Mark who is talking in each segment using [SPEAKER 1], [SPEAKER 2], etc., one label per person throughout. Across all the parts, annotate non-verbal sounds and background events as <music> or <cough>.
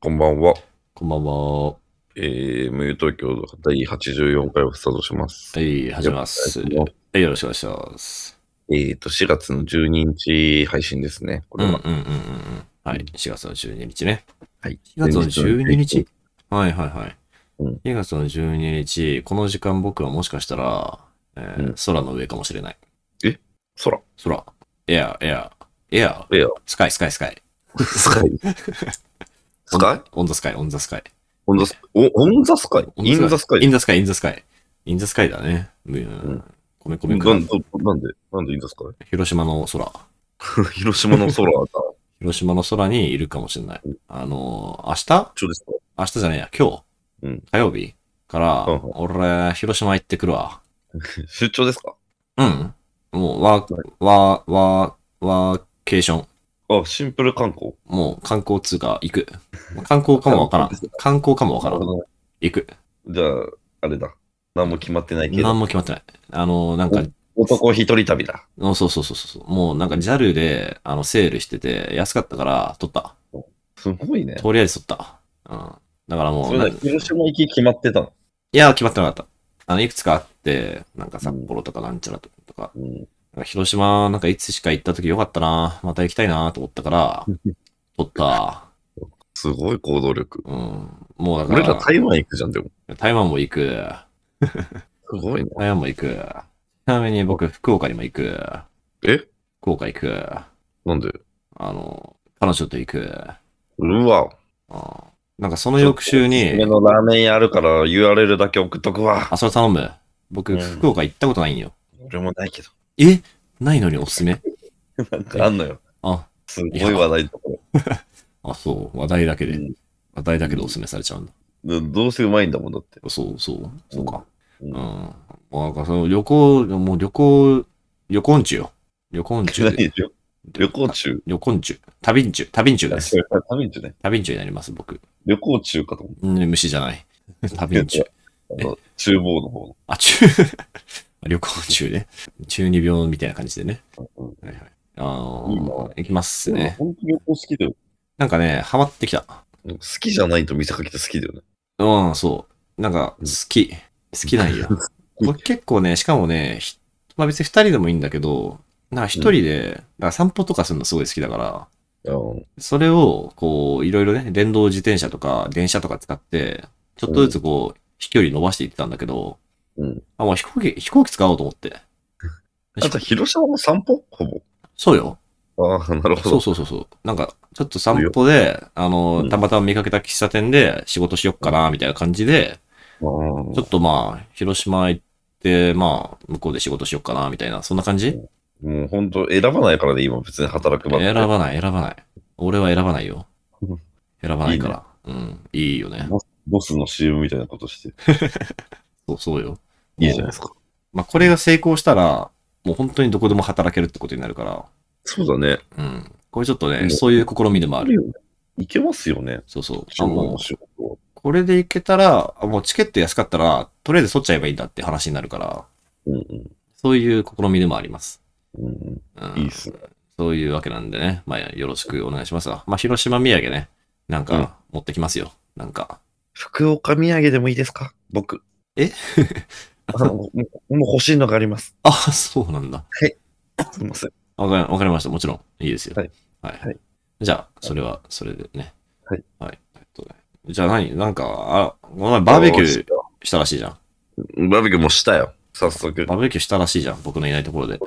[SPEAKER 1] こんばんは。
[SPEAKER 2] こんばんは。は
[SPEAKER 1] えー、無友東京の第84回をスタートします。
[SPEAKER 2] い、始めます。
[SPEAKER 1] よろしくお願いし
[SPEAKER 2] はいよろしくお願いします。
[SPEAKER 1] えーと、4月の12日配信ですね。こ
[SPEAKER 2] う
[SPEAKER 1] れ
[SPEAKER 2] んうん
[SPEAKER 1] は。
[SPEAKER 2] うんうんうん。はい、4月の12日ね。
[SPEAKER 1] はい。
[SPEAKER 2] 4月の12日はいはいはい。
[SPEAKER 1] うん
[SPEAKER 2] 4月の12日、この時間僕はもしかしたら、えー
[SPEAKER 1] うん
[SPEAKER 2] 空の上かもしれない。
[SPEAKER 1] 空。
[SPEAKER 2] 空。エア、エア、エア、
[SPEAKER 1] エア。
[SPEAKER 2] スカイ、スカイ、スカイ。
[SPEAKER 1] スカイ。スカイ
[SPEAKER 2] オンザスカイ、オンザスカイ。
[SPEAKER 1] オンザス、おオンザスカイインザスカ
[SPEAKER 2] イ
[SPEAKER 1] イ
[SPEAKER 2] ンザスカイ、インザスカイ。インザスカイだね。うん。ごめんご
[SPEAKER 1] な
[SPEAKER 2] め
[SPEAKER 1] ん
[SPEAKER 2] ん
[SPEAKER 1] なんなんでなんでインザスカ
[SPEAKER 2] 広島の空。
[SPEAKER 1] イ <laughs> 広島の空だ。
[SPEAKER 2] 広島の空にいるかもしれない。あのー、明日
[SPEAKER 1] ちょですか
[SPEAKER 2] 明日じゃねえや、今日、
[SPEAKER 1] うん
[SPEAKER 2] 火曜日から、
[SPEAKER 1] うんうん
[SPEAKER 2] 俺、広島行ってくるわ。
[SPEAKER 1] 出張ですか
[SPEAKER 2] うん。もう、ワー
[SPEAKER 1] は、
[SPEAKER 2] ワー、ワー、ワーケーション。
[SPEAKER 1] あ、シンプル観光。
[SPEAKER 2] もう観光通貨
[SPEAKER 1] <laughs>
[SPEAKER 2] 行く。観光かもわからん。観光かもわからん。行く。
[SPEAKER 1] じゃあ、あれだ。何も決まってないけど。
[SPEAKER 2] 何も決まってない。あの、なんか、
[SPEAKER 1] 男一人旅だ。
[SPEAKER 2] おそうそうそうそう。もうなんか JAL で、あの、セールしてて、安かったから、取った。
[SPEAKER 1] すごいね。
[SPEAKER 2] とりあえず取った。うん。だからも、
[SPEAKER 1] そうれ
[SPEAKER 2] な
[SPEAKER 1] だ、
[SPEAKER 2] ん
[SPEAKER 1] 広島行き決まってたの。
[SPEAKER 2] いや、決まってなかった。あの、いくつかあって、なんか札幌とかなんちゃらとか、
[SPEAKER 1] うん。
[SPEAKER 2] なんか広島、なんかいつしか行った時よかったな。また行きたいなと思ったから、取った。
[SPEAKER 1] すごい行動力。
[SPEAKER 2] うん。もうだか
[SPEAKER 1] 俺
[SPEAKER 2] ら、
[SPEAKER 1] ら台湾行くじゃん、でも。
[SPEAKER 2] 台湾も行く。
[SPEAKER 1] すごいね。
[SPEAKER 2] 台湾も行く。ちなみに僕、福岡にも行く。
[SPEAKER 1] え
[SPEAKER 2] 福岡行く。
[SPEAKER 1] なんで
[SPEAKER 2] あの、彼女と行く。
[SPEAKER 1] うわ。
[SPEAKER 2] あなんかその翌週
[SPEAKER 1] 俺
[SPEAKER 2] に、
[SPEAKER 1] のラーメン屋あるから URL だけ送っとくわ。
[SPEAKER 2] あ、それ頼む。僕、
[SPEAKER 1] うん
[SPEAKER 2] 福岡行ったことないんよ。
[SPEAKER 1] 俺もないけど。
[SPEAKER 2] えないのにおすすめ
[SPEAKER 1] なんかあんのよ。
[SPEAKER 2] あ、
[SPEAKER 1] すごい話題とこ
[SPEAKER 2] あ、そう。話題だけで
[SPEAKER 1] うん。
[SPEAKER 2] 話題だけでおすすめされちゃうんだ。
[SPEAKER 1] ろ。どうせうまいんだもんだって。
[SPEAKER 2] そうそう。そうか。
[SPEAKER 1] う
[SPEAKER 2] うんん。まあ、なんかその旅行、もう旅行、旅行中よ。旅行中
[SPEAKER 1] 何
[SPEAKER 2] で。
[SPEAKER 1] でしょ旅行中。
[SPEAKER 2] 旅行中。旅中。旅中です。
[SPEAKER 1] 旅中ね。
[SPEAKER 2] 旅中になります、僕。
[SPEAKER 1] 旅行中かと思
[SPEAKER 2] うん、虫じゃ <laughs> ない。旅中。 <laughs>
[SPEAKER 1] う。あの、厨房の方
[SPEAKER 2] あ、中。 <laughs> 旅行中ね。中二病みたいな感じでね。
[SPEAKER 1] の。
[SPEAKER 2] はいはい。あの
[SPEAKER 1] いいな
[SPEAKER 2] 行きます
[SPEAKER 1] うん。
[SPEAKER 2] ね。
[SPEAKER 1] 本当旅行好きだよ。
[SPEAKER 2] なんかね、ハマってきた。
[SPEAKER 1] 好きじゃないと見せかけて好きだよね。
[SPEAKER 2] うん、そう。なんか、好き。好きなんよ。これ結構ね、しかもね、ひまあ別に二人でもいいんだけど、なんか一人で、なんか散歩とかするのすごい好きだから、
[SPEAKER 1] うん
[SPEAKER 2] それを、こう、いろいろね、電動自転車とか、電車とか使って、ちょっとずつこう、飛距離伸ばしていってたんだけど、
[SPEAKER 1] うん。
[SPEAKER 2] あ、もう飛行機、飛行機使おうと思って。
[SPEAKER 1] あと、広島の散歩ほ
[SPEAKER 2] そうよ。
[SPEAKER 1] ぼ。ああ、なるほ
[SPEAKER 2] そ
[SPEAKER 1] ど
[SPEAKER 2] う。そうそうそう。なんか、ちょっと散歩で、あ
[SPEAKER 1] う
[SPEAKER 2] の、
[SPEAKER 1] ん
[SPEAKER 2] たまたま見かけた喫茶店で仕事しよっかな、みたいな感じで、
[SPEAKER 1] うん
[SPEAKER 2] ちょっとまあ、広島行って、まあ、向こうで仕事しよっかな、みたいな、そんな感じ
[SPEAKER 1] もう本当選ばないからね、今別に働く場って
[SPEAKER 2] 選ばない、選ばない。俺は選ばない
[SPEAKER 1] <laughs>
[SPEAKER 2] よ
[SPEAKER 1] うん。
[SPEAKER 2] 選ばないから。うん。いいよね。
[SPEAKER 1] ボスの CM みたいなことして。
[SPEAKER 2] そう、そうよ。
[SPEAKER 1] いいじゃないですか。
[SPEAKER 2] まあ、これが成功したら、もう本当にどこでも働けるってことになるから。
[SPEAKER 1] そうだね。
[SPEAKER 2] うん。これちょっと
[SPEAKER 1] うん
[SPEAKER 2] ね、そういう試みでもあ
[SPEAKER 1] あ
[SPEAKER 2] る。
[SPEAKER 1] るよね。いけますよね。
[SPEAKER 2] そうそう。あ、
[SPEAKER 1] 中国
[SPEAKER 2] もう
[SPEAKER 1] の、仕事は。
[SPEAKER 2] これでいけたら、あもうチケット安かったら、とりあえず取っちゃえばいいんだって話になるから、
[SPEAKER 1] うんうん
[SPEAKER 2] そういう試みでもあります。
[SPEAKER 1] うん
[SPEAKER 2] うん
[SPEAKER 1] うん。いいっすね。
[SPEAKER 2] そういうわけなんでね、まあ、よろしくお願いしますわ。まあ、広島土産ね、なん
[SPEAKER 1] うん
[SPEAKER 2] か、持ってきますよ。なんか。
[SPEAKER 1] 福岡土産でもいいですか僕。
[SPEAKER 2] え
[SPEAKER 1] <laughs> あのもうもう欲しいのがあります。
[SPEAKER 2] あ、そうなんだ。
[SPEAKER 1] すみません。
[SPEAKER 2] わかりわかりました。もちろん。いいですよ。
[SPEAKER 1] はい。
[SPEAKER 2] はい。
[SPEAKER 1] はい
[SPEAKER 2] じゃあ、それは、それでね。
[SPEAKER 1] はい。
[SPEAKER 2] はい。えっとねじゃあ何なんか、あ、この前バーベキューしたらしいじゃん。
[SPEAKER 1] ー。バーベキューもしたよ。早速。
[SPEAKER 2] バーベキューしたらしいじゃん。僕のいないところで。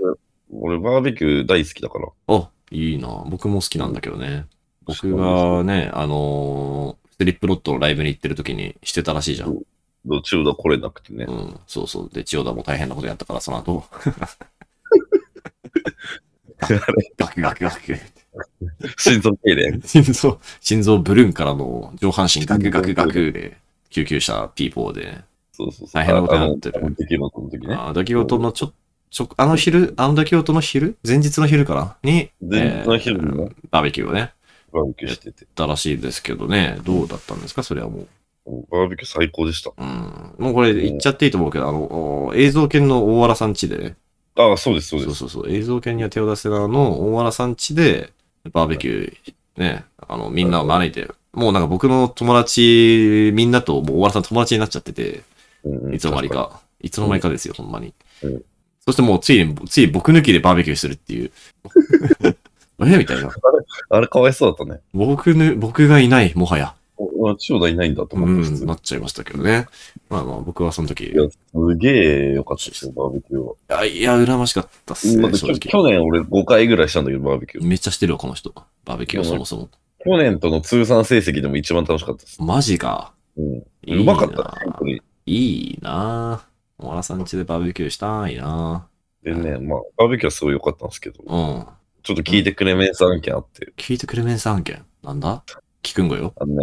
[SPEAKER 1] 俺、バーベキュー大好きだから。
[SPEAKER 2] お、いいな。僕も好きなんだけどね。僕
[SPEAKER 1] そ
[SPEAKER 2] がね、あのースリップロットのライブに行ってる時にしてたらしいじゃん。
[SPEAKER 1] どっちもだ来れなくてね
[SPEAKER 2] う。ん。そうそう。で、千代田も大変なことやったから、そ
[SPEAKER 1] <laughs>
[SPEAKER 2] の後。ガキガキガキ。
[SPEAKER 1] 心臓系で。
[SPEAKER 2] 心臓、心臓ブルーンからの上半身ガクガクガクで、救急車ピーポーで、
[SPEAKER 1] そうそうそう。
[SPEAKER 2] 大変なことになってる
[SPEAKER 1] あのあの出来事の時ね。
[SPEAKER 2] あー出来事のちょ、ちょ、あの昼、あの出来事の昼前日の昼かなに、
[SPEAKER 1] 前日の昼にね
[SPEAKER 2] えーバーベキューをね、
[SPEAKER 1] バーベキューしてて。
[SPEAKER 2] 行ったらしいですけどね、どうだったんですかそれはもう。
[SPEAKER 1] バーベキュー最高でした。
[SPEAKER 2] うん。もうこれ言っちゃっていいと思うけど、あの、お映像犬の大原さん家で、
[SPEAKER 1] ああ、そうです、そう
[SPEAKER 2] そ
[SPEAKER 1] で
[SPEAKER 2] う
[SPEAKER 1] す。
[SPEAKER 2] そうそう、映像犬には手を出せなの大原さん家で、バーベキュー、ね、あの、みんなを招いてもうなんか僕の友達、みんなともう大原さん友達になっちゃってて、
[SPEAKER 1] うん
[SPEAKER 2] いつの間に。か。いつの間にかですよ、ほんまに
[SPEAKER 1] うん。
[SPEAKER 2] そしてもうついに、ついに僕抜きでバーベキューするっていう。 <laughs> えみたいな。
[SPEAKER 1] あれかわいそうだったね。
[SPEAKER 2] 僕ぬ、僕がいない、もはや。
[SPEAKER 1] お千代田いないんだと
[SPEAKER 2] う
[SPEAKER 1] 思った、普通
[SPEAKER 2] ん、なっちゃいましたけどね。まあまあ、僕はその時。い
[SPEAKER 1] いや、すげえ良かったですよ、バーベキューは。
[SPEAKER 2] や、いや羨ましかったっす
[SPEAKER 1] ま
[SPEAKER 2] ね、
[SPEAKER 1] た
[SPEAKER 2] 正
[SPEAKER 1] 去
[SPEAKER 2] 直。
[SPEAKER 1] 去年俺5回ぐらいしたんだけど、バーベキュー。
[SPEAKER 2] めっちゃしてるわ、この人。バーベキュー、そもそも。
[SPEAKER 1] 去年との通算成績でも一番楽しかったです。
[SPEAKER 2] マジか。
[SPEAKER 1] うん。
[SPEAKER 2] いい
[SPEAKER 1] う
[SPEAKER 2] な
[SPEAKER 1] まかった、シンプルに。
[SPEAKER 2] いいなぁ。小原さん家でバーベキューしたいな
[SPEAKER 1] でね、まあ、バーベキューはすごい良かったんですけど、
[SPEAKER 2] ぁ。うん。
[SPEAKER 1] ちょっと聞いてくれめんさん件あって、
[SPEAKER 2] 聞いてくれめんさんけん。なんだ聞くんごよ。
[SPEAKER 1] あのね、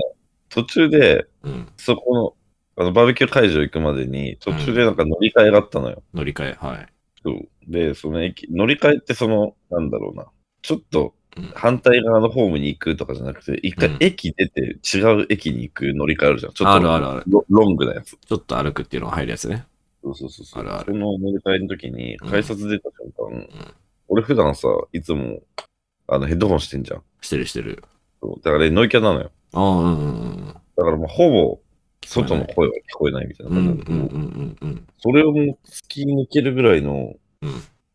[SPEAKER 1] 途中で、
[SPEAKER 2] うん。
[SPEAKER 1] そこの、あの、バーベキュー会場行くまでに、途中でなんか乗り換えがあったのよ。
[SPEAKER 2] 乗り換え、はい。
[SPEAKER 1] そうで、その駅、乗り換えってその、なんだろうな、ちょっと
[SPEAKER 2] うん
[SPEAKER 1] 反対側のホームに行くとかじゃなくて、一
[SPEAKER 2] う
[SPEAKER 1] 回
[SPEAKER 2] ん
[SPEAKER 1] 駅出て違う駅に行く乗り換えあるじゃん。ちょっと
[SPEAKER 2] あるあるある。
[SPEAKER 1] ロロングなやつ。
[SPEAKER 2] ちょっと歩くっていうのが入るやつね。
[SPEAKER 1] そうそうそうそう。
[SPEAKER 2] あるあ
[SPEAKER 1] そ
[SPEAKER 2] る
[SPEAKER 1] の乗り換えの時に、
[SPEAKER 2] うん
[SPEAKER 1] 改札出た瞬間、
[SPEAKER 2] ん
[SPEAKER 1] 俺普段さ、いつも、あの、ヘッドホンしてんじゃん。
[SPEAKER 2] してるしてる。
[SPEAKER 1] そうだからね、ノイキャなのよ。
[SPEAKER 2] ああ、うんうんうん。
[SPEAKER 1] だからもうほぼ、
[SPEAKER 2] 聞こえ
[SPEAKER 1] 外
[SPEAKER 2] な
[SPEAKER 1] の
[SPEAKER 2] い
[SPEAKER 1] 声は聞こえないみたいな
[SPEAKER 2] うんうん
[SPEAKER 1] 感じ
[SPEAKER 2] う
[SPEAKER 1] なんんだけど
[SPEAKER 2] うんうん
[SPEAKER 1] それをもう突き抜けるぐらいの、
[SPEAKER 2] うん。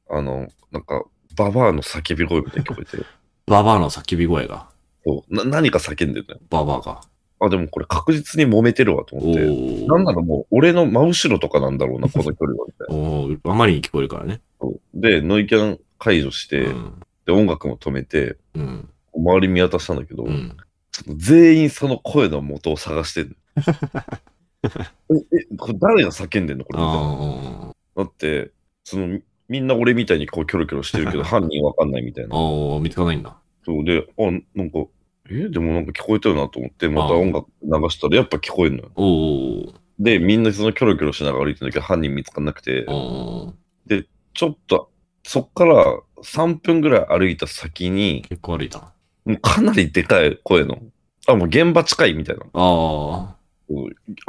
[SPEAKER 1] あの、なんか、ババアの叫び声みたいに聞こえて、
[SPEAKER 2] ババアの叫び声が。
[SPEAKER 1] そうな何か叫んでるのよ。
[SPEAKER 2] ババアが。
[SPEAKER 1] あ、でもこれ確実に揉めてるわと
[SPEAKER 2] お
[SPEAKER 1] 思って、
[SPEAKER 2] ー
[SPEAKER 1] なんならもう俺の真後ろとかなんだろう
[SPEAKER 2] <laughs>
[SPEAKER 1] な、この距離はみたいな
[SPEAKER 2] おーあまりに聞こえるからね。
[SPEAKER 1] そう。で、ノイキャン解除して、
[SPEAKER 2] うん。
[SPEAKER 1] で、音楽も止めて、
[SPEAKER 2] うん。
[SPEAKER 1] 周り見渡したんだけど、
[SPEAKER 2] うん。
[SPEAKER 1] その全員その声の元を探して
[SPEAKER 2] <laughs>
[SPEAKER 1] るえ、え、これ誰が叫んでんのこれみたいな。だ
[SPEAKER 2] あ
[SPEAKER 1] って、その、みんな俺みたいにこうキョロキョロしてるけ
[SPEAKER 2] <laughs>
[SPEAKER 1] ど、犯人わかんないみたい
[SPEAKER 2] あ、
[SPEAKER 1] な。
[SPEAKER 2] おー見つかないんだ。
[SPEAKER 1] そうで、あ、なんか、え、でもなんか聞こえたよなと思って、また
[SPEAKER 2] あー
[SPEAKER 1] 音楽流したらやっぱ聞こえるのよ。
[SPEAKER 2] おー
[SPEAKER 1] で、みんなそのキョロキョロしながら歩いてるんだけど、犯人見つかんなくて、
[SPEAKER 2] おー
[SPEAKER 1] ちょっと、そっから3分ぐらい歩いた先に、
[SPEAKER 2] 結構悪いな。
[SPEAKER 1] もうかなりでかい声の、あ、もう現場近いみたいな。
[SPEAKER 2] ああ、は
[SPEAKER 1] あ、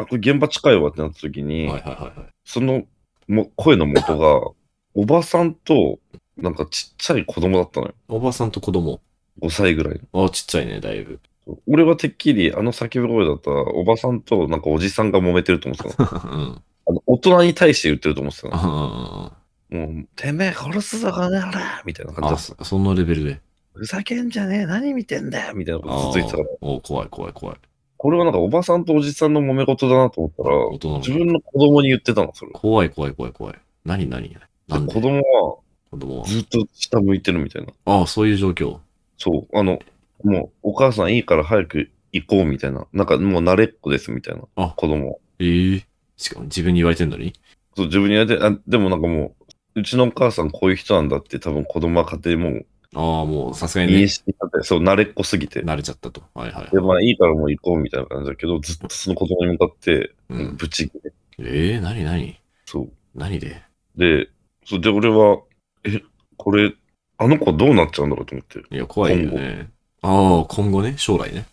[SPEAKER 1] これ現場近いわってなった時
[SPEAKER 2] い
[SPEAKER 1] に、
[SPEAKER 2] はいはいはい。
[SPEAKER 1] そのも声の元が、おばさんと、なんかちっちゃい子供だったのよ。
[SPEAKER 2] おばさんと子供。
[SPEAKER 1] 5歳ぐらい
[SPEAKER 2] ああ、ちっちゃいね、だいぶ。
[SPEAKER 1] の。俺はてっきり、あの叫び声だったら、おばさんとなんかおじさんが揉めてると思ってた
[SPEAKER 2] う <laughs>
[SPEAKER 1] の。
[SPEAKER 2] ん。
[SPEAKER 1] あの大人に対して言ってると思ってたの。
[SPEAKER 2] あ
[SPEAKER 1] もう、てめえ殺すぞ、金原みたいな感じだ
[SPEAKER 2] あ、
[SPEAKER 1] った。
[SPEAKER 2] そそのレベルで。
[SPEAKER 1] ふざけんじゃねえ、何見てんだよみたいなこと
[SPEAKER 2] あ
[SPEAKER 1] ずっと言ってたから、
[SPEAKER 2] お怖い怖い怖い。
[SPEAKER 1] これはなんかおばさんとおじさんの揉め事だなと思ったら、
[SPEAKER 2] 大人の
[SPEAKER 1] 自分の子供に言ってたの、それを。
[SPEAKER 2] 怖い怖い怖い怖い。何何な
[SPEAKER 1] で
[SPEAKER 2] んで
[SPEAKER 1] 子供は
[SPEAKER 2] 子供は。
[SPEAKER 1] ずっと下向いてるみたいな。
[SPEAKER 2] ああ、そういう状況。
[SPEAKER 1] そう、あの、もう、お母さんいいから早く行こうみたいな。なんかもう慣れっこですみたいな。
[SPEAKER 2] あ
[SPEAKER 1] 子供は。
[SPEAKER 2] ええしかも自分に言われてんのに。
[SPEAKER 1] そう、自分にやって、あ、でもなんかもう、うちのお母さんこういう人なんだって多分子供は家庭もう
[SPEAKER 2] ああ、もうさすがに
[SPEAKER 1] 認
[SPEAKER 2] ね、
[SPEAKER 1] 識だって、そう、慣れっこすぎて。
[SPEAKER 2] 慣れちゃったと。はいはいはい。
[SPEAKER 1] で、まあいいからもう行こうみたいな感じだけど、ずっとその子供に向かって、
[SPEAKER 2] うん、
[SPEAKER 1] ぶち切れ。
[SPEAKER 2] ええ何何
[SPEAKER 1] そう。
[SPEAKER 2] 何で
[SPEAKER 1] で、そう、で、俺は、え、これ、あの子どうなっちゃうんだろうと思って。
[SPEAKER 2] いや、怖いよね。ああ、今後ね、将来ね。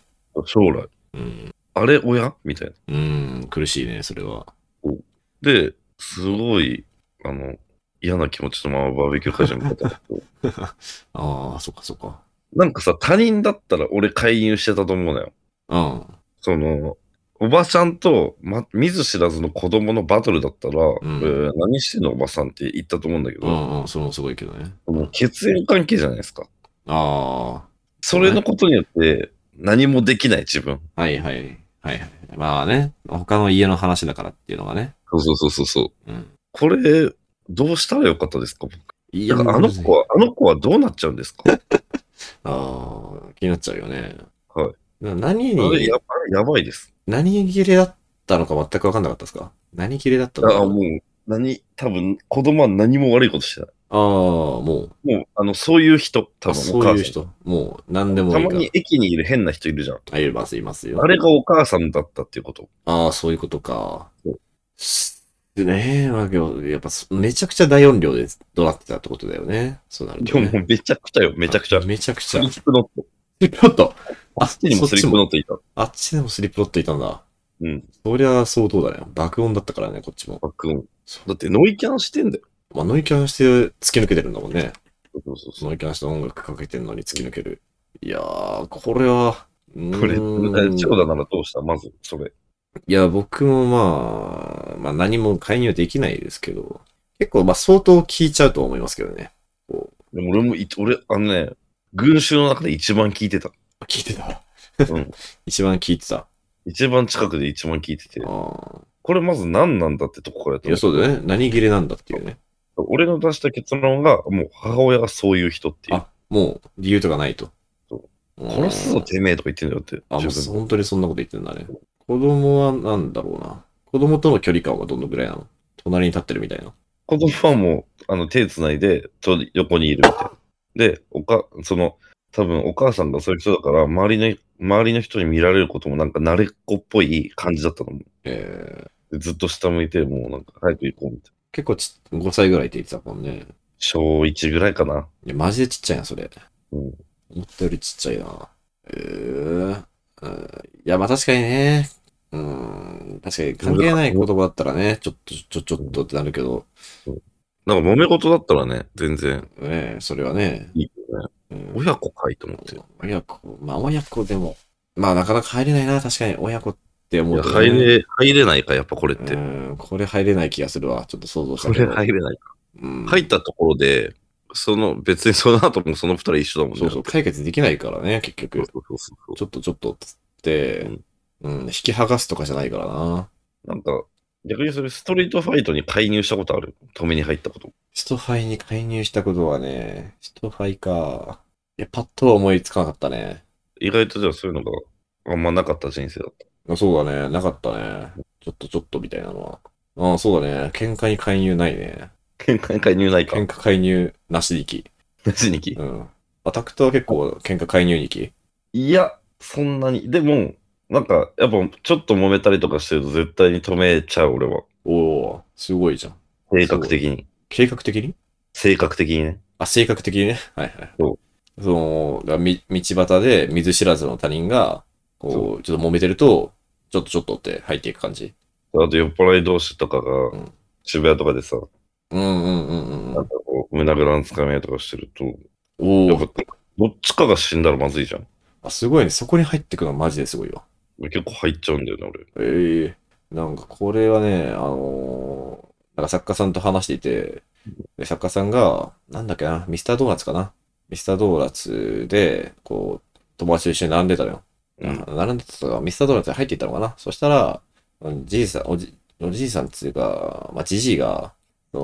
[SPEAKER 1] 将来。
[SPEAKER 2] うん。
[SPEAKER 1] あれ、親みたいな。
[SPEAKER 2] うん、苦しいね、それは。
[SPEAKER 1] で、すごい、あの、嫌な気持ちのままバーベキュー会場に向かったんだけ
[SPEAKER 2] <laughs>
[SPEAKER 1] ど
[SPEAKER 2] ああ、そっかそっか。
[SPEAKER 1] なんかさ、他人だったら俺介入してたと思うのよ。
[SPEAKER 2] うん。
[SPEAKER 1] その、おばちゃんと、ま、見ず知らずの子供のバトルだったら、
[SPEAKER 2] ん
[SPEAKER 1] えー何してんのおばさんって言ったと思うんだけど、
[SPEAKER 2] うんうん、それもすごいけどね。
[SPEAKER 1] その血縁関係じゃないですか。
[SPEAKER 2] あ
[SPEAKER 1] それのことによって、何もできない自分。
[SPEAKER 2] あ、はいはい。はいはい。まあね、他の家の話だからっていうのがね。
[SPEAKER 1] そうそうそうそうそう。
[SPEAKER 2] うん。
[SPEAKER 1] これ、どうしたらよかったですか僕
[SPEAKER 2] い
[SPEAKER 1] だからあの子
[SPEAKER 2] は。
[SPEAKER 1] は、あの子はどうなっちゃうんですか
[SPEAKER 2] ああ、気になっちゃうよね。。
[SPEAKER 1] はい
[SPEAKER 2] 何
[SPEAKER 1] あれ
[SPEAKER 2] に
[SPEAKER 1] や、ばいやばいです。
[SPEAKER 2] 何切れだったのか全く分かんなかったですか何切れだったのか。
[SPEAKER 1] ああ、もう、何、多分、子供は何も悪いことしてない。
[SPEAKER 2] ああ、もう。
[SPEAKER 1] もう、あの、そういう人、多
[SPEAKER 2] あ
[SPEAKER 1] 分、
[SPEAKER 2] そ
[SPEAKER 1] お
[SPEAKER 2] う
[SPEAKER 1] 母
[SPEAKER 2] いう
[SPEAKER 1] さん。
[SPEAKER 2] 人。もう、何でも
[SPEAKER 1] た
[SPEAKER 2] いい
[SPEAKER 1] ま
[SPEAKER 2] から
[SPEAKER 1] に。駅にいる変な人いるじゃん。
[SPEAKER 2] あ、います、いますよ。
[SPEAKER 1] あれがお母さんだったっていうこと。
[SPEAKER 2] ああ、そういうことか
[SPEAKER 1] そ。
[SPEAKER 2] でねえ、まあ、けどやっぱ、めちゃくちゃ大音量で怒鳴ってたってことだよね。そうなる
[SPEAKER 1] で
[SPEAKER 2] と、
[SPEAKER 1] も、
[SPEAKER 2] ね。
[SPEAKER 1] もうめちゃくちゃよ、めちゃくちゃ
[SPEAKER 2] あ。めちゃくち
[SPEAKER 1] ス
[SPEAKER 2] ゃ
[SPEAKER 1] リ。ップノット。
[SPEAKER 2] スリップロット。
[SPEAKER 1] あっちにもスリップノットいた。
[SPEAKER 2] あっちでもスリップロットいたんだ。
[SPEAKER 1] うん。
[SPEAKER 2] そりゃ相当だね。爆音だったからね、こっちも。
[SPEAKER 1] バックオン
[SPEAKER 2] そ
[SPEAKER 1] だって、ノイキャンしてんだよ。
[SPEAKER 2] まあ、ノイキャンして突き抜けてるんだもんね。
[SPEAKER 1] そうそうそう。
[SPEAKER 2] ノイキャンして音楽かけてるのに突き抜ける。いやー、これは、
[SPEAKER 1] これ、
[SPEAKER 2] うん
[SPEAKER 1] 長だならどうしたまず、それ。
[SPEAKER 2] いや、僕もまあ、まあ何も介入できないですけど、結構まあ相当聞いちゃうと思いますけどね。
[SPEAKER 1] でも俺もい、俺、あのね、群衆の中で一番聞いてた。
[SPEAKER 2] 聞いてた。
[SPEAKER 1] うん。
[SPEAKER 2] <laughs> 一番聞いてた。
[SPEAKER 1] 一番近くで一番聞いてて
[SPEAKER 2] あ。あ。
[SPEAKER 1] これまず何なんだってとこからやった
[SPEAKER 2] いや、
[SPEAKER 1] の
[SPEAKER 2] そうだよね。何切れなんだっていうね。
[SPEAKER 1] 俺の出した結論が、もう母親がそういう人っていう。
[SPEAKER 2] あ、もう理由とかないと。
[SPEAKER 1] そ
[SPEAKER 2] ん
[SPEAKER 1] 殺すぞ、てめえとか言ってんだよって。
[SPEAKER 2] あ、もう
[SPEAKER 1] 自分
[SPEAKER 2] 本当にそんなこと言ってんだね。子供はなんだろうな。子供との距離感はどのぐらいなの隣に立ってるみたいな。
[SPEAKER 1] 子供はもう、あの、手繋いで、と横にいるみたいな。で、おか、その、多分お母さんがそういう人だから、周りの、周りの人に見られることもなんか慣れっこっぽい感じだったの。
[SPEAKER 2] えー、
[SPEAKER 1] でずっと下向いて、もうなんか早く行こうみたいな。
[SPEAKER 2] 結構ち5歳ぐらいって言ってたもんね。
[SPEAKER 1] 小1ぐらいかな。
[SPEAKER 2] いや、マジでちっちゃいな、それ。
[SPEAKER 1] うん。
[SPEAKER 2] 思ったよりちっちゃいな。えー、うんいや、まあ確かにね。うん、確かに関係ない言葉だったらね、ちょっと、ちょ、ちょっとってなるけど、
[SPEAKER 1] なんか揉め事だったらね、全然
[SPEAKER 2] ね、それはね、
[SPEAKER 1] いいよね。
[SPEAKER 2] うん
[SPEAKER 1] 親子かいと思って。
[SPEAKER 2] 親子、まあ親子でも、まあなかなか入れないな、確かに親子って
[SPEAKER 1] い
[SPEAKER 2] 思う
[SPEAKER 1] や
[SPEAKER 2] と、ね。
[SPEAKER 1] 入れ、入れないか、やっぱこれっ
[SPEAKER 2] う
[SPEAKER 1] て。
[SPEAKER 2] ん、これ入れない気がするわ。ちょっと想像し
[SPEAKER 1] こ
[SPEAKER 2] たけ
[SPEAKER 1] れ
[SPEAKER 2] ど。
[SPEAKER 1] 入れないか。
[SPEAKER 2] うん、
[SPEAKER 1] 入ったところで、その、別にその後もその二人一緒だもんね。
[SPEAKER 2] そうそう、解決できないからね、結
[SPEAKER 1] そう
[SPEAKER 2] 局。
[SPEAKER 1] そうそうそう
[SPEAKER 2] ちょっとちょっとっつって、うん、引き剥がすとかじゃないからな。
[SPEAKER 1] なんか、逆にそれストリートファイトに介入したことある止めに入ったこと。
[SPEAKER 2] ストファイに介入したことはね、ストファイか。いや、パッとは思いつかなかったね。
[SPEAKER 1] 意外とじゃあそういうのがあんまなかった人生だった。
[SPEAKER 2] あそうだね、なかったね。ちょっとちょっとみたいなのは。ああ、そうだね。喧嘩に介入ないね。
[SPEAKER 1] 喧嘩に介入ないか
[SPEAKER 2] 喧。嘩介入なし力。
[SPEAKER 1] 別にき
[SPEAKER 2] うん。アタクトは結構喧嘩介入力。
[SPEAKER 1] いや、そんなに。でも、なんか、やっぱちょっと揉めたりとかしてると絶対に止めちゃう俺は。
[SPEAKER 2] おおすごいじゃん。
[SPEAKER 1] 性格的に。
[SPEAKER 2] 計画的に
[SPEAKER 1] 性格的にね。
[SPEAKER 2] あ、性格的にね。はいはい。
[SPEAKER 1] そ
[SPEAKER 2] その、だみ道端で水知らずの他人が、
[SPEAKER 1] そ
[SPEAKER 2] こう、ちょっと揉めてると、ちょっとちょっとって入っていく感じ。
[SPEAKER 1] あと酔っ払い同士とかが
[SPEAKER 2] うん
[SPEAKER 1] 渋谷とかでさ、
[SPEAKER 2] うんうんうんうんう
[SPEAKER 1] なんか
[SPEAKER 2] ん。
[SPEAKER 1] こう、胸ぐらんつかめ合いとかしてると、
[SPEAKER 2] お
[SPEAKER 1] や
[SPEAKER 2] お
[SPEAKER 1] っぱどっちかが死んだらまずいじゃん。
[SPEAKER 2] あ、すごいね。そこに入ってくのはマジですごいわ。
[SPEAKER 1] 俺結構入っちゃうんだよね、俺。
[SPEAKER 2] ええなんかこれはね、あのーなんか作家さんと話していて、で作家さんが、なんだっけな、ミスタードーナツかな。ミスタードーナツで、こう、友達と一緒に並んでたのよ。
[SPEAKER 1] うん。
[SPEAKER 2] 並んでたとか、ミスタードーナツに入っていったのかな。そしたら、うんじいさん、おじ、おじいさんっていうか、まあ、じじいが、そ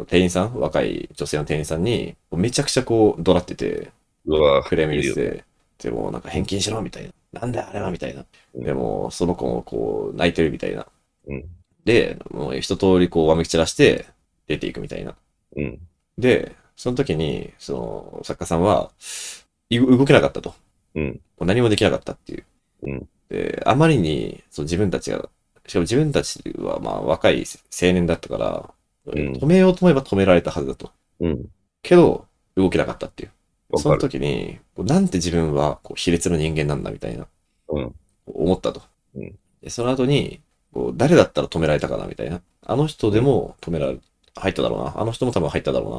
[SPEAKER 2] の、店員さん、若い女性の店員さんに、めちゃくちゃこう、怒鳴ってて、
[SPEAKER 1] うわ
[SPEAKER 2] クレーム入れ
[SPEAKER 1] いいよ
[SPEAKER 2] てて、でもなんか返金しろみたいな。なんだよあれはみたいな。
[SPEAKER 1] うん
[SPEAKER 2] でも、その子もこう、泣いてるみたいな。
[SPEAKER 1] うん
[SPEAKER 2] で、もう一通りこう、わめき散らして、出ていくみたいな。
[SPEAKER 1] うん。
[SPEAKER 2] で、その時に、その、作家さんは、い動けなかったと。
[SPEAKER 1] うん。
[SPEAKER 2] もう何もできなかったっていう。
[SPEAKER 1] うん
[SPEAKER 2] で、あまりに、そう自分たちが、しかも自分たちはまあ若い青年だったから、
[SPEAKER 1] ん
[SPEAKER 2] 止めようと思えば止められたはずだと。
[SPEAKER 1] うん。
[SPEAKER 2] けど、動けなかったっていう。
[SPEAKER 1] わ
[SPEAKER 2] そ
[SPEAKER 1] か
[SPEAKER 2] の
[SPEAKER 1] る。
[SPEAKER 2] 時に、こうなんて自分はこう卑劣な人間なんだみたいな、
[SPEAKER 1] うん
[SPEAKER 2] 思ったと。
[SPEAKER 1] うん
[SPEAKER 2] でその後にこう、誰だったら止められたかなみたいな。あの人でも止められ、入っただろうな。あの人も多分入っただろう
[SPEAKER 1] うん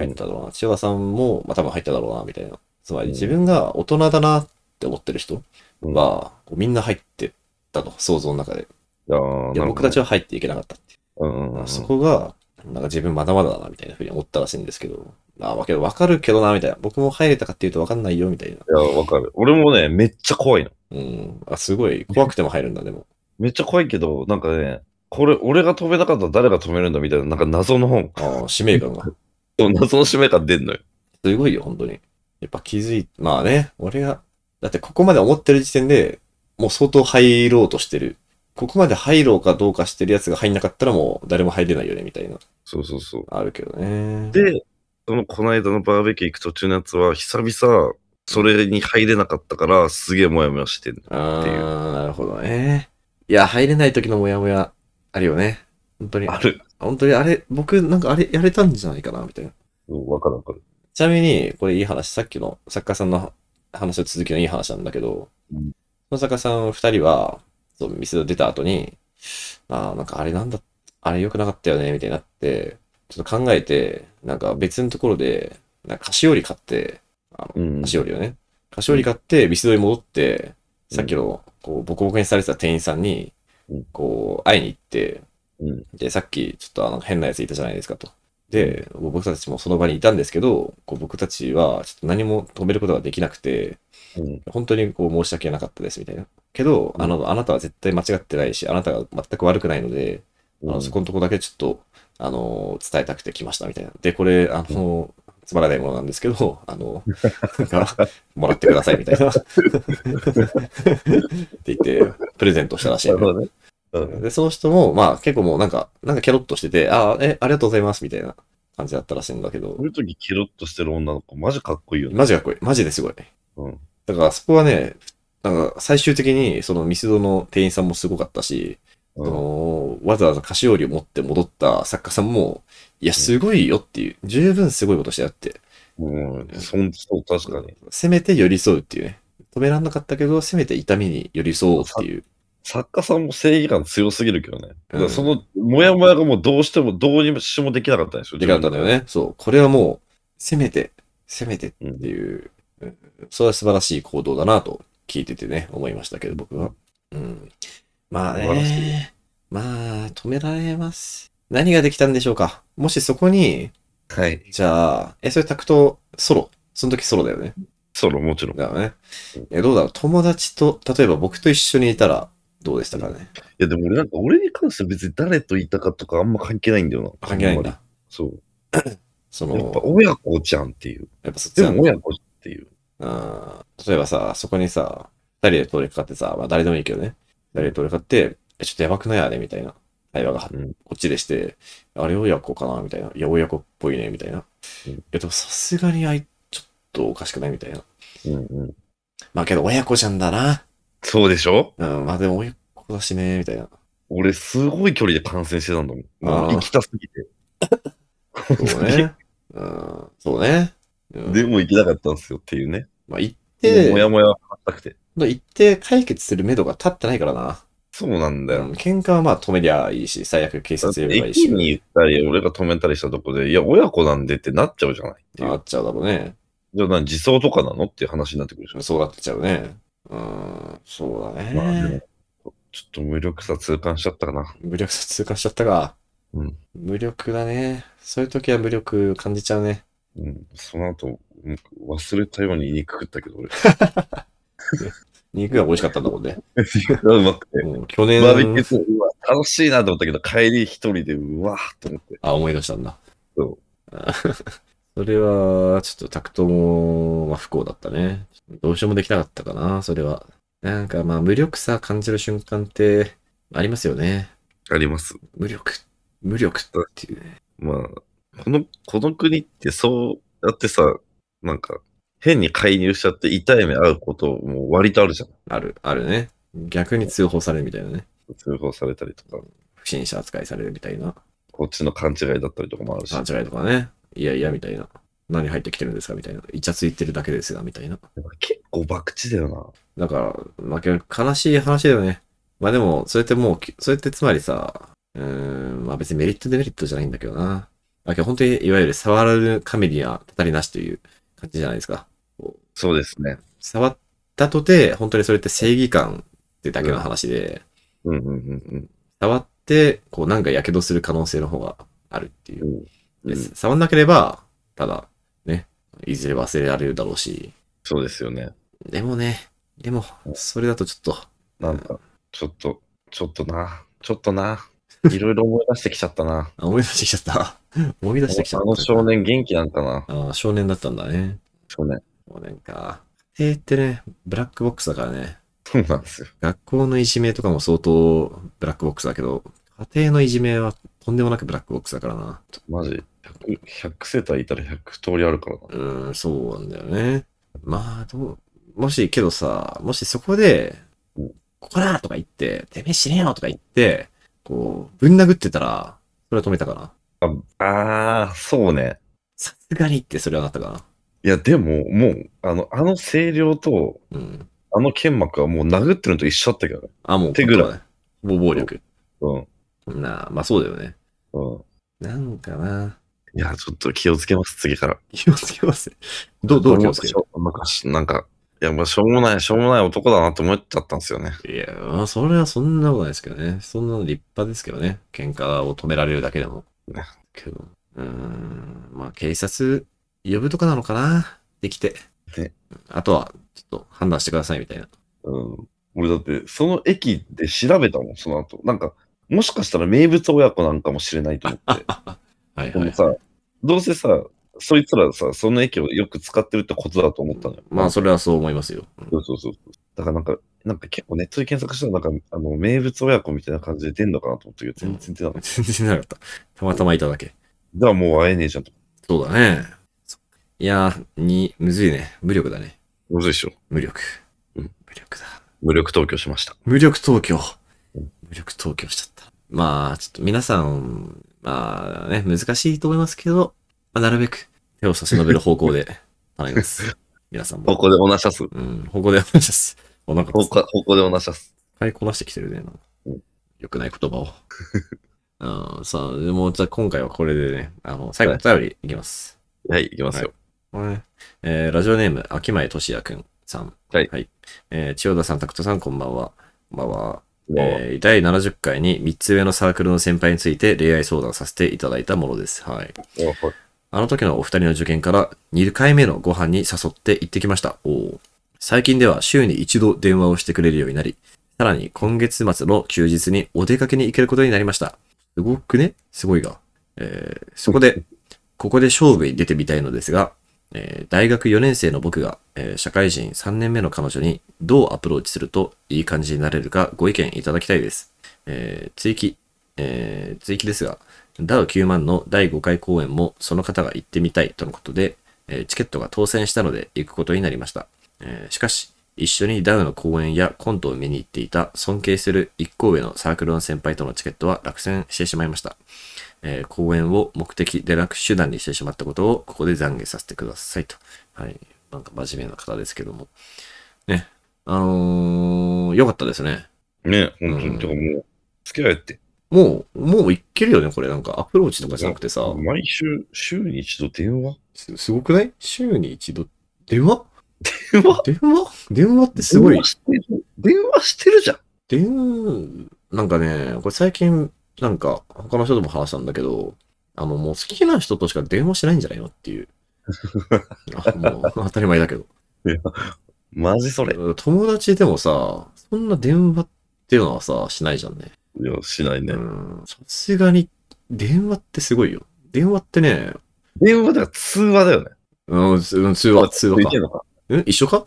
[SPEAKER 2] な。入っただろうな。千葉さんも、まあ、多分入っただろうな、みたいな。つま
[SPEAKER 1] う
[SPEAKER 2] り
[SPEAKER 1] ん
[SPEAKER 2] 自分が大人だなって思ってる人
[SPEAKER 1] うん
[SPEAKER 2] は、こうみんな入ってたと、想像の中で。
[SPEAKER 1] いやーなる
[SPEAKER 2] で
[SPEAKER 1] ほど
[SPEAKER 2] 僕たちは入っていけなかったっていう
[SPEAKER 1] うんうんうん。
[SPEAKER 2] そこが、なんか自分まだまだだな、みたいなふうに思ったらしいんですけど、あわけどわかるけどな、みたいな。僕も入れたかっていうとわかんないよ、みたいな。
[SPEAKER 1] いや、わかる。俺もね、めっちゃ怖いの。
[SPEAKER 2] うん。あ、すごい。怖くても入るんだ、でも。
[SPEAKER 1] めっちゃ怖いけど、なんかね、これ、俺が止めなかったら誰が止めるんだみたいな、なんか謎の本、
[SPEAKER 2] ああ、使命感が。
[SPEAKER 1] <laughs> 謎の使命感出んのよ。
[SPEAKER 2] すごいよ、本当に。やっぱ気づい、まあね、俺が、だってここまで思ってる時点で、もう相当入ろうとしてる。ここまで入ろうかどうかしてるやつが入んなかったらもう誰も入れないよね、みたいな。
[SPEAKER 1] そうそうそう。
[SPEAKER 2] あるけどね。
[SPEAKER 1] で、その、この間のバーベキュー行く途中のやつは、久々、それに入れなかったから、すげえモヤモヤしてんの。
[SPEAKER 2] あ
[SPEAKER 1] っていう
[SPEAKER 2] あ、なるほどね。いや、入れない時のモヤモヤ、あるよね。本当に。
[SPEAKER 1] ある。
[SPEAKER 2] 本当にあれ、僕なんかあれやれたんじゃないかな、みたいな。
[SPEAKER 1] うんわかるわかる。
[SPEAKER 2] ちなみに、これいい話、さっきの作家さんの話の続きのいい話なんだけど、
[SPEAKER 1] うん
[SPEAKER 2] その作家さん二人は、そう、店を出た後に、ああ、なんかあれなんだ、あれ良くなかったよね、みたいになって、ちょっと考えて、なんか別のところで、なんか菓子折り買って、
[SPEAKER 1] うん。
[SPEAKER 2] 菓子折りをね、菓子折り買って、店戸に戻って、さっきの、こう、ボコボコにされてた店員さんに
[SPEAKER 1] うん、
[SPEAKER 2] こう、会いに行って、
[SPEAKER 1] うん
[SPEAKER 2] で、さっき、ちょっとあの、変なやついたじゃないですかと。で、僕たちもその場にいたんですけど、こう僕たちは、ちょっと何も止めることができなくて、
[SPEAKER 1] うん
[SPEAKER 2] 本当にこう、申し訳なかったです、みたいな。けど、
[SPEAKER 1] うん
[SPEAKER 2] あの、あなたは絶対間違ってないし、あなたが全く悪くないので、あのそこのとこだけちょっと、あの、伝えたくて来ましたみたいな。で、これ、あの、つまらないものなんですけど、あの、なんか、もらってくださいみ
[SPEAKER 1] <laughs>
[SPEAKER 2] たいな。って言って、プレゼントしたらしい
[SPEAKER 1] な
[SPEAKER 2] の
[SPEAKER 1] る
[SPEAKER 2] よ、
[SPEAKER 1] ほどね。うん
[SPEAKER 2] で、その人も、まあ結構もうなんか、なんかケロッとしてて、ああ、え、ありがとうございますみたいな感じだったらしいんだけど
[SPEAKER 1] こう、いう時キロッとしてる女の子、マジかっこいいよね。
[SPEAKER 2] マジかっこいい。マジですごい。
[SPEAKER 1] うん
[SPEAKER 2] だからそこはね、なんか最終的にそのミスドの店員さんもすごかったし、
[SPEAKER 1] う
[SPEAKER 2] そ
[SPEAKER 1] ん
[SPEAKER 2] のわざわざ菓子折りを持って戻った作家さんも、いや、すごいよっていう、十分すごいことしてやって、
[SPEAKER 1] うん、そうそう、確かに。
[SPEAKER 2] せめて寄り添うっていうね。止めらんなかったけど、せめて痛みに寄り添おうっていう。
[SPEAKER 1] 作家さんも正義感強すぎるけどね。だか
[SPEAKER 2] うん
[SPEAKER 1] らその、もやもやがもうどうしても、どうにもできなかったんでしょ
[SPEAKER 2] でかかったんだよ。ね。そう。これはもう、せめて、せめてっていう、うんそれは素晴らしい行動だなと聞いててね、思いましたけど、僕は。うん。まあ
[SPEAKER 1] 素晴らしい
[SPEAKER 2] ね、まあ、止められます。何ができたんでしょうか。もしそこに、
[SPEAKER 1] 自分がはい。
[SPEAKER 2] じゃあ、え、それタクトソロ。その時ソロだよね。
[SPEAKER 1] ソロもちろん。い
[SPEAKER 2] だからね。え、どうだろう友達と、例えば僕と一緒にいたらどうでしたかね。
[SPEAKER 1] や、でも俺なんか、俺に関しては別に誰といたかとかあんま関係ないんだよな。
[SPEAKER 2] 関係ないん
[SPEAKER 1] あまり。
[SPEAKER 2] だ。
[SPEAKER 1] そう。
[SPEAKER 2] そ
[SPEAKER 1] やっぱ
[SPEAKER 2] の、
[SPEAKER 1] 親子じゃんっていう。
[SPEAKER 2] やっぱそっち
[SPEAKER 1] で
[SPEAKER 2] なん
[SPEAKER 1] も
[SPEAKER 2] だ。
[SPEAKER 1] 親子っていう。
[SPEAKER 2] うん例えばさ、そこにさ、二人で通りかかってさ、まあ誰でもいいけどね。二人で通りかかって、え、ちょっとやばくないあれみたいな。会話が、
[SPEAKER 1] うん
[SPEAKER 2] こっちでして、あれ親子かなみたいな。いや、親子っぽいね、みたいな。
[SPEAKER 1] うん
[SPEAKER 2] いや、でもさすがにあい、ちょっとおかしくないみたいな。
[SPEAKER 1] うんうん。
[SPEAKER 2] まあけど親子じゃんだな。
[SPEAKER 1] そうでしょ
[SPEAKER 2] うん、まあでも親子だしね、みたいな。
[SPEAKER 1] 俺、すごい距離で観戦してたんだもん。
[SPEAKER 2] あー
[SPEAKER 1] 行きたすぎて。
[SPEAKER 2] <laughs> そうね。うん、そうね。う
[SPEAKER 1] <laughs>
[SPEAKER 2] ん
[SPEAKER 1] でも行けなかったんですよっていうね。
[SPEAKER 2] まあ、行っ
[SPEAKER 1] で
[SPEAKER 2] て、
[SPEAKER 1] もやもやがあったくて。
[SPEAKER 2] 行って解決する目処が立ってないからな。
[SPEAKER 1] そうなんだ
[SPEAKER 2] う
[SPEAKER 1] よ。
[SPEAKER 2] ん、喧嘩はまあ止めりゃいいし、最悪警察呼べばいい
[SPEAKER 1] 駅に
[SPEAKER 2] し。
[SPEAKER 1] 行ったり、俺が止めたりしたとこで、いや、親子なんでってなっちゃうじゃないってい
[SPEAKER 2] な
[SPEAKER 1] う。
[SPEAKER 2] っちゃうだろうね。
[SPEAKER 1] じゃあ何、自走とかなのっていう話になってくるでしょ。
[SPEAKER 2] そうなっちゃうね。うん、そうだ
[SPEAKER 1] まあでも
[SPEAKER 2] ね。
[SPEAKER 1] ちょっと無力さ痛感しちゃったかな。
[SPEAKER 2] 無力さ通過しちゃったか。
[SPEAKER 1] うん
[SPEAKER 2] 無力だね。そういう時は無力感じちゃうね。
[SPEAKER 1] うん、その後、うん忘れたように肉食ったけど、
[SPEAKER 2] <laughs>
[SPEAKER 1] 俺。
[SPEAKER 2] 肉が美味しかったんだもんね。
[SPEAKER 1] うまくて。
[SPEAKER 2] うん去年、
[SPEAKER 1] バーベキューするうわ楽しいなと思ったけど、帰り一人で、うわーと思って。
[SPEAKER 2] あ、思い出したんだ。
[SPEAKER 1] そう
[SPEAKER 2] あ。 <laughs> それは、ちょっとタクトも、まあ、不幸だったね。どうしようもできなかったかな、それは。なんか、まあ、無力さ感じる瞬間って、ありますよね。
[SPEAKER 1] あります。
[SPEAKER 2] 無力、無力っていうね。
[SPEAKER 1] まあ、この、この国ってそうやってさ、なんか、変に介入しちゃって痛い目合うことも割とあるじゃん。
[SPEAKER 2] ある、あるね。逆に通報されるみたいなね。
[SPEAKER 1] 通報されたりとか、
[SPEAKER 2] 不審者扱いされるみたいな。
[SPEAKER 1] こっちの勘違いだったりとかもあるし。
[SPEAKER 2] 勘違いとかね。いやいや、みたいな。何入ってきてるんですかみたいな。イチャついてるだけですが、みたいな。
[SPEAKER 1] 結構博打だよ
[SPEAKER 2] だから、まあ、けど悲しい話だよね。まあでも、それってもうき、それってつまりさ、うーん、まあ別にメリットデメリットじゃないんだけどな。まあけど本当に、いわゆる触られる神にはたりなしという感じじゃないですか。
[SPEAKER 1] な。そうですね。
[SPEAKER 2] 触ったとて、本当にそれって正義感ってだけの話で、
[SPEAKER 1] うんうんうん
[SPEAKER 2] 触って、こうなんか火傷する可能性の方があるっていう
[SPEAKER 1] う。ん。う
[SPEAKER 2] で
[SPEAKER 1] ん、
[SPEAKER 2] 触んなければ、ただ、ね、いずれ忘れられるだろうし。
[SPEAKER 1] そうですよね。
[SPEAKER 2] でもね、でも、それだとちょっと、。
[SPEAKER 1] なんか、ちょっと、ちょっとな、ちょっとな、いろいろ思い出してきちゃったな
[SPEAKER 2] あ思い出してきちゃった。 <laughs> 思 <laughs> い出してきちゃっ
[SPEAKER 1] あ
[SPEAKER 2] た。
[SPEAKER 1] の少年元気なんかな。
[SPEAKER 2] ああ、少年だったんだね。
[SPEAKER 1] 少年。
[SPEAKER 2] 少年か。家庭ってね、ブラックボックスだからね。
[SPEAKER 1] そうなんですよ。
[SPEAKER 2] 学校のいじめとかも相当ブラックボックスだけど、家庭のいじめはとんでもなくブラックボックスだからな。
[SPEAKER 1] マジ。100, 100世帯いたら100通りあるからな。
[SPEAKER 2] うーん、そうなんだよね。まあ、どう、もし、けどさ、もしそこで
[SPEAKER 1] うん、
[SPEAKER 2] ここだとか言って、てめえ死ねよとか言って、こう、ぶん殴ってたら、それは止めたかな。
[SPEAKER 1] ああー、そうね。
[SPEAKER 2] さすがにってそれはなったか
[SPEAKER 1] いや、でも、もう、あの、あの声量と、
[SPEAKER 2] な。うん。
[SPEAKER 1] あの剣幕はもう殴ってるのと一緒だったけどね。
[SPEAKER 2] あ、もう、
[SPEAKER 1] 手ぐらい
[SPEAKER 2] い。もう暴力。
[SPEAKER 1] うん。
[SPEAKER 2] なあ、まあそうだよね。
[SPEAKER 1] うん。
[SPEAKER 2] なんかな。
[SPEAKER 1] いや、ちょっと気をつけます、次から。
[SPEAKER 2] 気をつけます。どう、どう気をつける
[SPEAKER 1] 昔、なんか、いや、もうしょうもない、しょうもない男だなって思っちゃったんですよね。
[SPEAKER 2] いや、まあそれはそんなことないですけどね。そんなの立派ですけどね。喧嘩を止められるだけでも
[SPEAKER 1] ね。
[SPEAKER 2] けど、うーん、まあ警察呼ぶとかなのかなできて。
[SPEAKER 1] ね
[SPEAKER 2] あとは、ちょっと判断してくださいみたいな。
[SPEAKER 1] うん。俺だって、その駅で調べたもん、その後。なんか、もしかしたら名物親子なんかもしれないと思って。
[SPEAKER 2] はい
[SPEAKER 1] こ
[SPEAKER 2] は
[SPEAKER 1] の
[SPEAKER 2] い。
[SPEAKER 1] さ、どうせさ、そいつらさ、その駅をよく使ってるってことだと思ったのよ。
[SPEAKER 2] まあそれはそう思いますよ。うん
[SPEAKER 1] そうそうそう。だからなんか、なんか結構ネットで検索したら、なんか、あの、名物親子みたいな感じで出んのかなと思ったけど、全然出なかっ
[SPEAKER 2] 全然なかった。たまたまいただけ。
[SPEAKER 1] た。じゃあもう会えねえじゃんと。
[SPEAKER 2] そうだね。いやー、に、むずいね。無力だね。
[SPEAKER 1] どうでしょう。
[SPEAKER 2] 無力。
[SPEAKER 1] うん
[SPEAKER 2] 無力だ。
[SPEAKER 1] 無力投票しました。
[SPEAKER 2] 無力投票
[SPEAKER 1] うん。
[SPEAKER 2] 無力投票しちゃった。まあ、ちょっと皆さん、まあね、難しいと思いますけど、まあ、なるべく手を差し伸べる方向で頼
[SPEAKER 1] <laughs>
[SPEAKER 2] みます。皆さん
[SPEAKER 1] こ
[SPEAKER 2] も。
[SPEAKER 1] こでおなしゃす。
[SPEAKER 2] うん、方向でお願いします。おなんか
[SPEAKER 1] ここここでおなしゃす。
[SPEAKER 2] 使いこなしてきてるね。なんか
[SPEAKER 1] うん
[SPEAKER 2] 良くない言葉
[SPEAKER 1] <laughs>
[SPEAKER 2] を。うん、さあ、でも、じゃあ今回はこれでね、あの、最後のお便りいきます。
[SPEAKER 1] はい、いきますよ。
[SPEAKER 2] これねえーラジオネーム、秋前俊也くんさん。
[SPEAKER 1] はい
[SPEAKER 2] えー千代田さん、拓人さん、こんばんは。こんばんは。
[SPEAKER 1] もう
[SPEAKER 2] えー第70回に3つ上のサークルの先輩について恋愛相談させていただいたものです。はい。
[SPEAKER 1] もうほ
[SPEAKER 2] あの時のお二人の受験から2回目のご飯に誘って行ってきました。おー最近では週に一度電話をしてくれるようになり、さらに今月末の休日にお出かけに行けることになりました。すごくねすごいが。えーそこで、ここで勝負に出てみたいのですが、えー大学4年生の僕が、えー社会人3年目の彼女にどうアプローチするといい感じになれるかご意見いただきたいです。えー追記、えー追記ですが、ダウ9万の第5回公演もその方が行ってみたいとのことで、えーチケットが当選したので行くことになりました。えーしかし、一緒にダウの公演やコントを見に行っていた尊敬する一行上のサークルの先輩とのチケットは落選してしまいました。えー公演を目的でなく手段にしてしまったことをここで懺悔させてくださいと。はい。なんか真面目な方ですけども。ね。あのー、よかったですね。
[SPEAKER 1] ね、本当
[SPEAKER 2] うん
[SPEAKER 1] に。てかもう、付き合えって。
[SPEAKER 2] もう、もういけるよね、これ。なんかアプローチとかじゃなくてさ。
[SPEAKER 1] 毎週、週に一度電話
[SPEAKER 2] すすごくない週に一度、電話
[SPEAKER 1] 電話
[SPEAKER 2] 電話電話ってすごい
[SPEAKER 1] 電話。してる電話してるじゃん。
[SPEAKER 2] 電なんかね、これ最近、なんか、他の人とも話したんだけど、あの、もう好きな人としか電話しないんじゃないのっ
[SPEAKER 1] <laughs>
[SPEAKER 2] ていう。あもう当たり前だけど。
[SPEAKER 1] マジそれ。
[SPEAKER 2] 友達でもさ、そんな電話っていうのはさ、しないじゃんね。
[SPEAKER 1] いや、しないね
[SPEAKER 2] う。ん。さすがに、電話ってすごいよ。電話ってね、
[SPEAKER 1] 電話では通話だよね。
[SPEAKER 2] うん、つうん通話、通話
[SPEAKER 1] 言っ
[SPEAKER 2] か
[SPEAKER 1] てん。のか
[SPEAKER 2] うん一緒か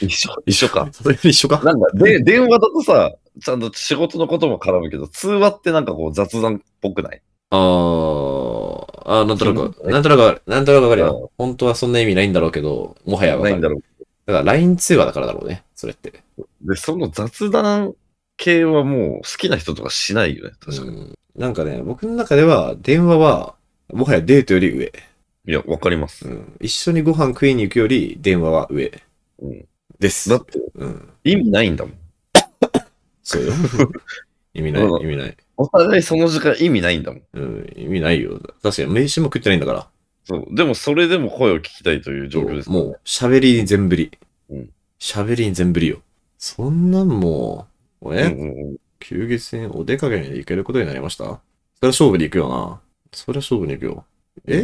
[SPEAKER 1] 一緒、一緒か。。
[SPEAKER 2] さすがに一緒か
[SPEAKER 1] なんか、で、電話だとさ、ちゃんと仕事のことも絡むけど、通話ってなんかこう雑談っぽくない
[SPEAKER 2] あーあー、なんとな
[SPEAKER 1] そう
[SPEAKER 2] く、
[SPEAKER 1] ね
[SPEAKER 2] なんとなく、なんとなくわかる
[SPEAKER 1] う
[SPEAKER 2] よ。本当はそんな意味ないんだろうけど、もはやわ
[SPEAKER 1] な
[SPEAKER 2] か
[SPEAKER 1] いん
[SPEAKER 2] る。だ
[SPEAKER 1] だ
[SPEAKER 2] か
[SPEAKER 1] ろ
[SPEAKER 2] ら LINE 通話だからだろうね、それって。
[SPEAKER 1] う。で、その雑談系はもう好きな人とかしないよね、確かに。
[SPEAKER 2] うんなんかね、僕の中では、電話は、もはやデートより上。
[SPEAKER 1] いや、わかりま
[SPEAKER 2] う
[SPEAKER 1] す。
[SPEAKER 2] ん一緒にご飯食いに行くより、電話は上。
[SPEAKER 1] うん
[SPEAKER 2] です。
[SPEAKER 1] だって、
[SPEAKER 2] うん。
[SPEAKER 1] 意味ないんだもん。
[SPEAKER 2] そうよ。
[SPEAKER 1] <laughs>
[SPEAKER 2] 意味な
[SPEAKER 1] うん
[SPEAKER 2] い、意味ない。
[SPEAKER 1] お互いその時間意味ないんだもん。
[SPEAKER 2] うん、意味ないよ。確かに、名刺も食ってないんだから。
[SPEAKER 1] そう。でも、それでも声を聞きたいという状況です、
[SPEAKER 2] もう、喋りに全振り
[SPEAKER 1] うん。
[SPEAKER 2] 喋りに全振りよ。そんなんもう、
[SPEAKER 1] うん
[SPEAKER 2] 俺、
[SPEAKER 1] うんうん
[SPEAKER 2] 休日にお出かけに行けることになりましたそれは勝負に行くよな。それは勝負に行くよ。
[SPEAKER 1] うん
[SPEAKER 2] え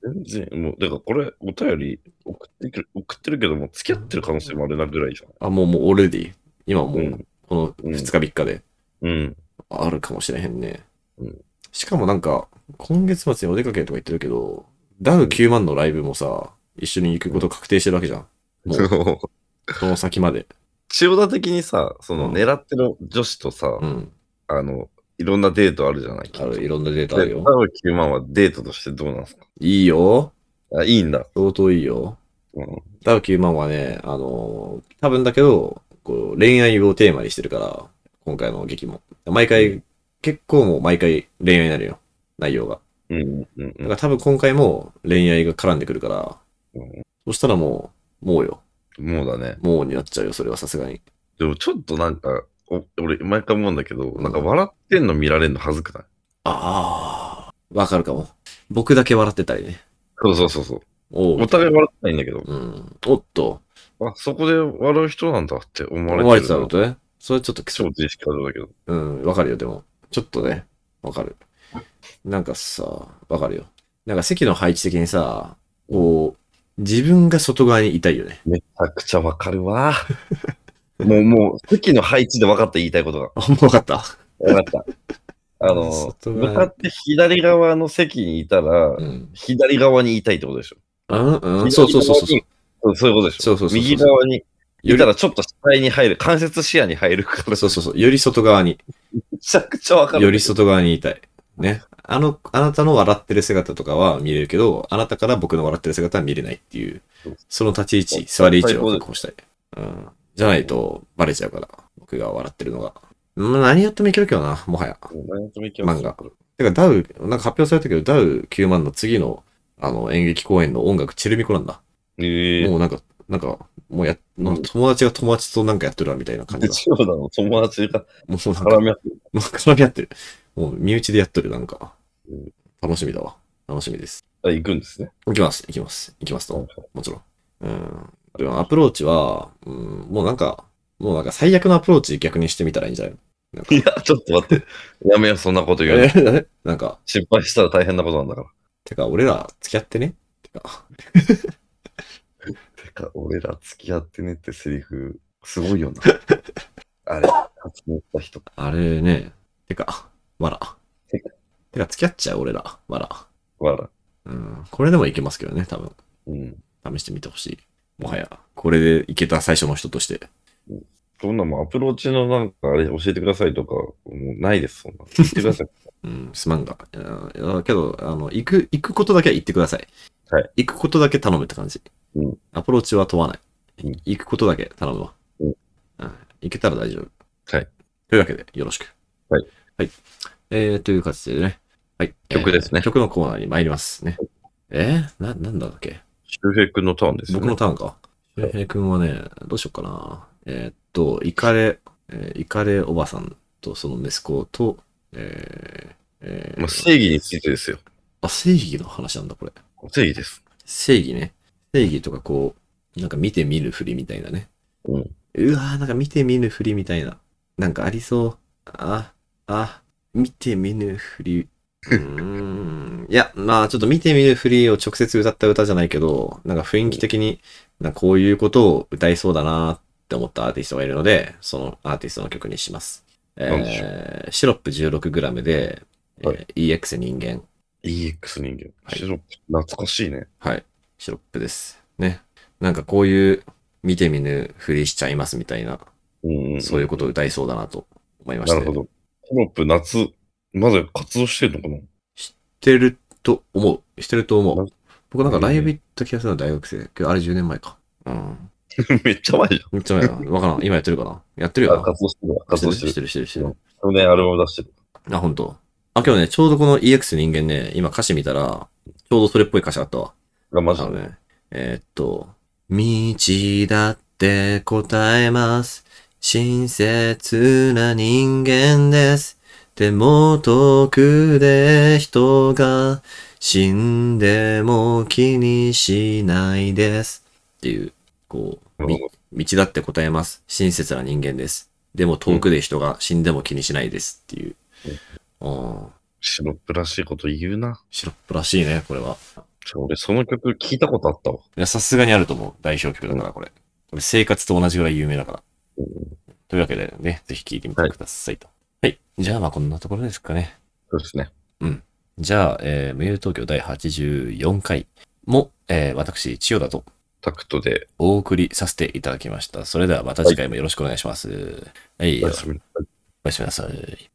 [SPEAKER 1] うん全然、もう、だからこれ、お便り送ってくる、送ってるけども、付き合ってる可能性もあるなぐらいじゃ
[SPEAKER 2] あ、もう、もう、オールディ。今も
[SPEAKER 1] う、
[SPEAKER 2] うんこの2日3日で、
[SPEAKER 1] ん。うん。
[SPEAKER 2] あるかもしれへんね
[SPEAKER 1] うん。
[SPEAKER 2] しかもなんか、今月末にお出かけとか言ってるけど、ダウ9万のライブもさ、一緒に行くこと確定してるわけじゃん。もう、その先まで。
[SPEAKER 1] <laughs> 千代田的にさ、そ
[SPEAKER 2] うん
[SPEAKER 1] の狙ってる女子とさ、
[SPEAKER 2] うん。
[SPEAKER 1] あの、いろんなデートあるじゃない
[SPEAKER 2] ある、い
[SPEAKER 1] よ。
[SPEAKER 2] ろんなデータあ
[SPEAKER 1] で
[SPEAKER 2] るよ
[SPEAKER 1] タ。ロ9万はデートとしてどうなんですか
[SPEAKER 2] いいよ。
[SPEAKER 1] あ、いいんだ。
[SPEAKER 2] 相当いいよ。
[SPEAKER 1] うん。
[SPEAKER 2] ダウ9万はね、あのー多分だけど、こう、恋愛をテーマにしてるから、今回の劇も。毎回、結構もう毎回恋愛になるよ。内容が。
[SPEAKER 1] うん。うん。
[SPEAKER 2] だから多分今回も恋愛が絡んでくるから、
[SPEAKER 1] うん
[SPEAKER 2] そしたらもう、もうよ。
[SPEAKER 1] もうだね。
[SPEAKER 2] もうになっちゃうよ、それはさすがに。
[SPEAKER 1] でも、ちょっとなんか、お俺、毎回思うんだけど、
[SPEAKER 2] うん
[SPEAKER 1] なんか笑ってんの見られんの恥ずくない
[SPEAKER 2] ああ。わかるかも。僕だけ笑ってたりね。
[SPEAKER 1] そうそうそうそう。
[SPEAKER 2] お
[SPEAKER 1] お
[SPEAKER 2] う。
[SPEAKER 1] 互い笑ってないんだけど、
[SPEAKER 2] うん。おっと。
[SPEAKER 1] あ、そこで笑う人なんだって思われてる。
[SPEAKER 2] 思われてたのとね。それちょっときつ
[SPEAKER 1] 超自意識あるんだけど。
[SPEAKER 2] うん、わかるよ、でも。ちょっとね、わかる。なんかさ、わかるよ。なんか席の配置的にさ、こう、自分が外側にいたいよね。
[SPEAKER 1] めちゃくちゃわかるわ。 <laughs> もう、もう、席の配置で分かった言いたいことが。
[SPEAKER 2] あ、もうわかった。
[SPEAKER 1] 分か
[SPEAKER 2] <laughs>
[SPEAKER 1] った。あの、
[SPEAKER 2] 外側
[SPEAKER 1] 向かって左側の席にいたら、
[SPEAKER 2] うん。
[SPEAKER 1] 左側にいたいってことでしょ。
[SPEAKER 2] うん、うん、そうそうそうそう。
[SPEAKER 1] そう。そういうことでしょ。
[SPEAKER 2] そうそうそうそう
[SPEAKER 1] 右側に
[SPEAKER 2] よ
[SPEAKER 1] い
[SPEAKER 2] り
[SPEAKER 1] た、らちょっと視界に入る、関節視野に入るから、
[SPEAKER 2] そうそうそう。より外側に、
[SPEAKER 1] めちゃくちゃわかる。
[SPEAKER 2] より外側にいたい。ね。あの、あなたの笑ってる姿とかは見れるけど、あなたから僕の笑ってる姿は見れないっていう
[SPEAKER 1] そう、
[SPEAKER 2] その立ち位置、座り位置を確保したい。うん。じゃないと、バレちゃうから、僕が笑ってるのが。うん何やってもいけるけどな、もはや。
[SPEAKER 1] 何ともいけません
[SPEAKER 2] 漫画てか、ダウ、なんか発表されたけど、ダウ9万の次の、あの、演劇公演の音楽、チェルミコなんだ。
[SPEAKER 1] ええ
[SPEAKER 2] もうなんか、なんか、もうや、なんか友達が友達となんかやってるわ、みたいな
[SPEAKER 1] <laughs>
[SPEAKER 2] 感じだ。
[SPEAKER 1] そうだの友達が
[SPEAKER 2] もうなんか
[SPEAKER 1] 絡、み合って
[SPEAKER 2] もう絡み合ってる。もう身内でやっとる、なんか
[SPEAKER 1] うん。
[SPEAKER 2] 楽しみだわ。楽しみです。
[SPEAKER 1] あ行くんですね。
[SPEAKER 2] 行きます、行きます、行きますと。もちろん。うん。でもアプローチは、うん、もうなんか、もうなんか最悪のアプローチ逆にしてみたらいいんじゃないのなんか
[SPEAKER 1] いや、ちょっと待って。やめよう、そんなこと言うの。
[SPEAKER 2] えなんか、
[SPEAKER 1] 失敗したら大変なことなんだから。
[SPEAKER 2] てか俺ら付き合ってね。てか、
[SPEAKER 1] てか、俺ら付き合ってねってセリフ、すごい
[SPEAKER 2] <laughs>
[SPEAKER 1] よな。あれ、発明した人。
[SPEAKER 2] あれね。てか、わら。
[SPEAKER 1] て
[SPEAKER 2] てか付き合っちゃう俺ら、わら。
[SPEAKER 1] わら。
[SPEAKER 2] うん。これでもいけますけどね、多分。
[SPEAKER 1] うん。
[SPEAKER 2] 試してみてほしい。もはや、これでいけた最初の人として。
[SPEAKER 1] そんなもんアプローチのなんか、あれ教えてくださいとか、もうないです、そん
[SPEAKER 2] <laughs>
[SPEAKER 1] な。言ってください。
[SPEAKER 2] うん、すまんが。いやいやけど、あの、行く、行くことだけは言ってください。
[SPEAKER 1] はい。
[SPEAKER 2] 行くことだけ頼むって感じ。
[SPEAKER 1] うん。
[SPEAKER 2] アプローチは問わない。
[SPEAKER 1] うん
[SPEAKER 2] 行くことだけ頼むわ。
[SPEAKER 1] うん
[SPEAKER 2] うん。行けたら大丈夫。
[SPEAKER 1] はい。
[SPEAKER 2] というわけで、よろしく。
[SPEAKER 1] はい。
[SPEAKER 2] はい。えー、という形でね。はい。
[SPEAKER 1] 曲ですね
[SPEAKER 2] えー曲のコーナーに参りますね。えー、な、なんだっけ
[SPEAKER 1] 周平君のターンですよ
[SPEAKER 2] 僕
[SPEAKER 1] ね。
[SPEAKER 2] のターンか。平平君はね、どうしようかな。えーっと、イカレ、えーイカレおばさんとその息子と、えーえー
[SPEAKER 1] まあ、正義についてですよ。
[SPEAKER 2] あ、正義の話なんだ、これ。
[SPEAKER 1] 正義です。
[SPEAKER 2] 正義ね。正義とかこう、なんか見て見ぬふりみたいなね。
[SPEAKER 1] うん。
[SPEAKER 2] うわーなんか見て見ぬふりみたいな。なんかありそう。あ、あ、見て見ぬふり。うーん。いや、まあちょっと見て見ぬふりを直接歌った歌じゃないけど、なんか雰囲気的に、なんかこういうことを歌いそうだなーって思ったアーティストがいるので、そのアーティストの曲にします。
[SPEAKER 1] なんでしょ
[SPEAKER 2] えー、シロップ 16g で、えー
[SPEAKER 1] は
[SPEAKER 2] EX 人間。
[SPEAKER 1] EX 人間。
[SPEAKER 2] はい
[SPEAKER 1] 白懐かしいね。
[SPEAKER 2] はい。シロップです。ね。なんかこういう見て見ぬふりしちゃいますみたいな、
[SPEAKER 1] うん、うん。
[SPEAKER 2] そういうことを歌いそうだなと思いました。
[SPEAKER 1] なるほど。シロップ夏、まだ活動してるのかな <laughs>
[SPEAKER 2] してると思う。してると思
[SPEAKER 1] な
[SPEAKER 2] う。僕なんかライブ行った気がするの大学生。けどあれ10年前か。うん。
[SPEAKER 1] めっちゃ前じ
[SPEAKER 2] めっちゃ前だ
[SPEAKER 1] <laughs>
[SPEAKER 2] な。わからん。今やってるかなやってる
[SPEAKER 1] ゃん。
[SPEAKER 2] よ
[SPEAKER 1] あ、
[SPEAKER 2] な。
[SPEAKER 1] 活動してるわ。活動して
[SPEAKER 2] して
[SPEAKER 1] る。
[SPEAKER 2] るしてるしてる。
[SPEAKER 1] 去年アルバム出してる。
[SPEAKER 2] あ、本当。あ、今日ね、ちょうどこの EX 人間ね、今歌詞見たら、ちょうどそれっぽい歌詞あったわ。
[SPEAKER 1] が、マ
[SPEAKER 2] あ
[SPEAKER 1] ジ
[SPEAKER 2] の
[SPEAKER 1] で。
[SPEAKER 2] ね、えーっと、道だって答えます。親切な人間です。でも遠くで人が死んでも気にしないです。っていう、こう、み道だって答えます。親切な人間です。でも遠くで人が死んでも気にしないですっていう。うん、
[SPEAKER 1] シロップらしいこと言うな。
[SPEAKER 2] シロップらしいね、これは。
[SPEAKER 1] ちょ俺、その曲聞いたことあったわ。
[SPEAKER 2] いや、さすがにあると思う。代表曲だから、これ。これ生活と同じぐらい有名だから。
[SPEAKER 1] うん
[SPEAKER 2] というわけでね、ぜひ聴いてみてくださいと。はい。じゃあ、まあ、こんなところですかね。
[SPEAKER 1] そうですね。
[SPEAKER 2] じゃあ、えー、無友東京第84回も、えー、私、千代田と
[SPEAKER 1] タクトで、
[SPEAKER 2] お送りさせていただきました。それでは、また次回もよろしくお願いします。はい。
[SPEAKER 1] おやすみなさい
[SPEAKER 2] おやすみなさい。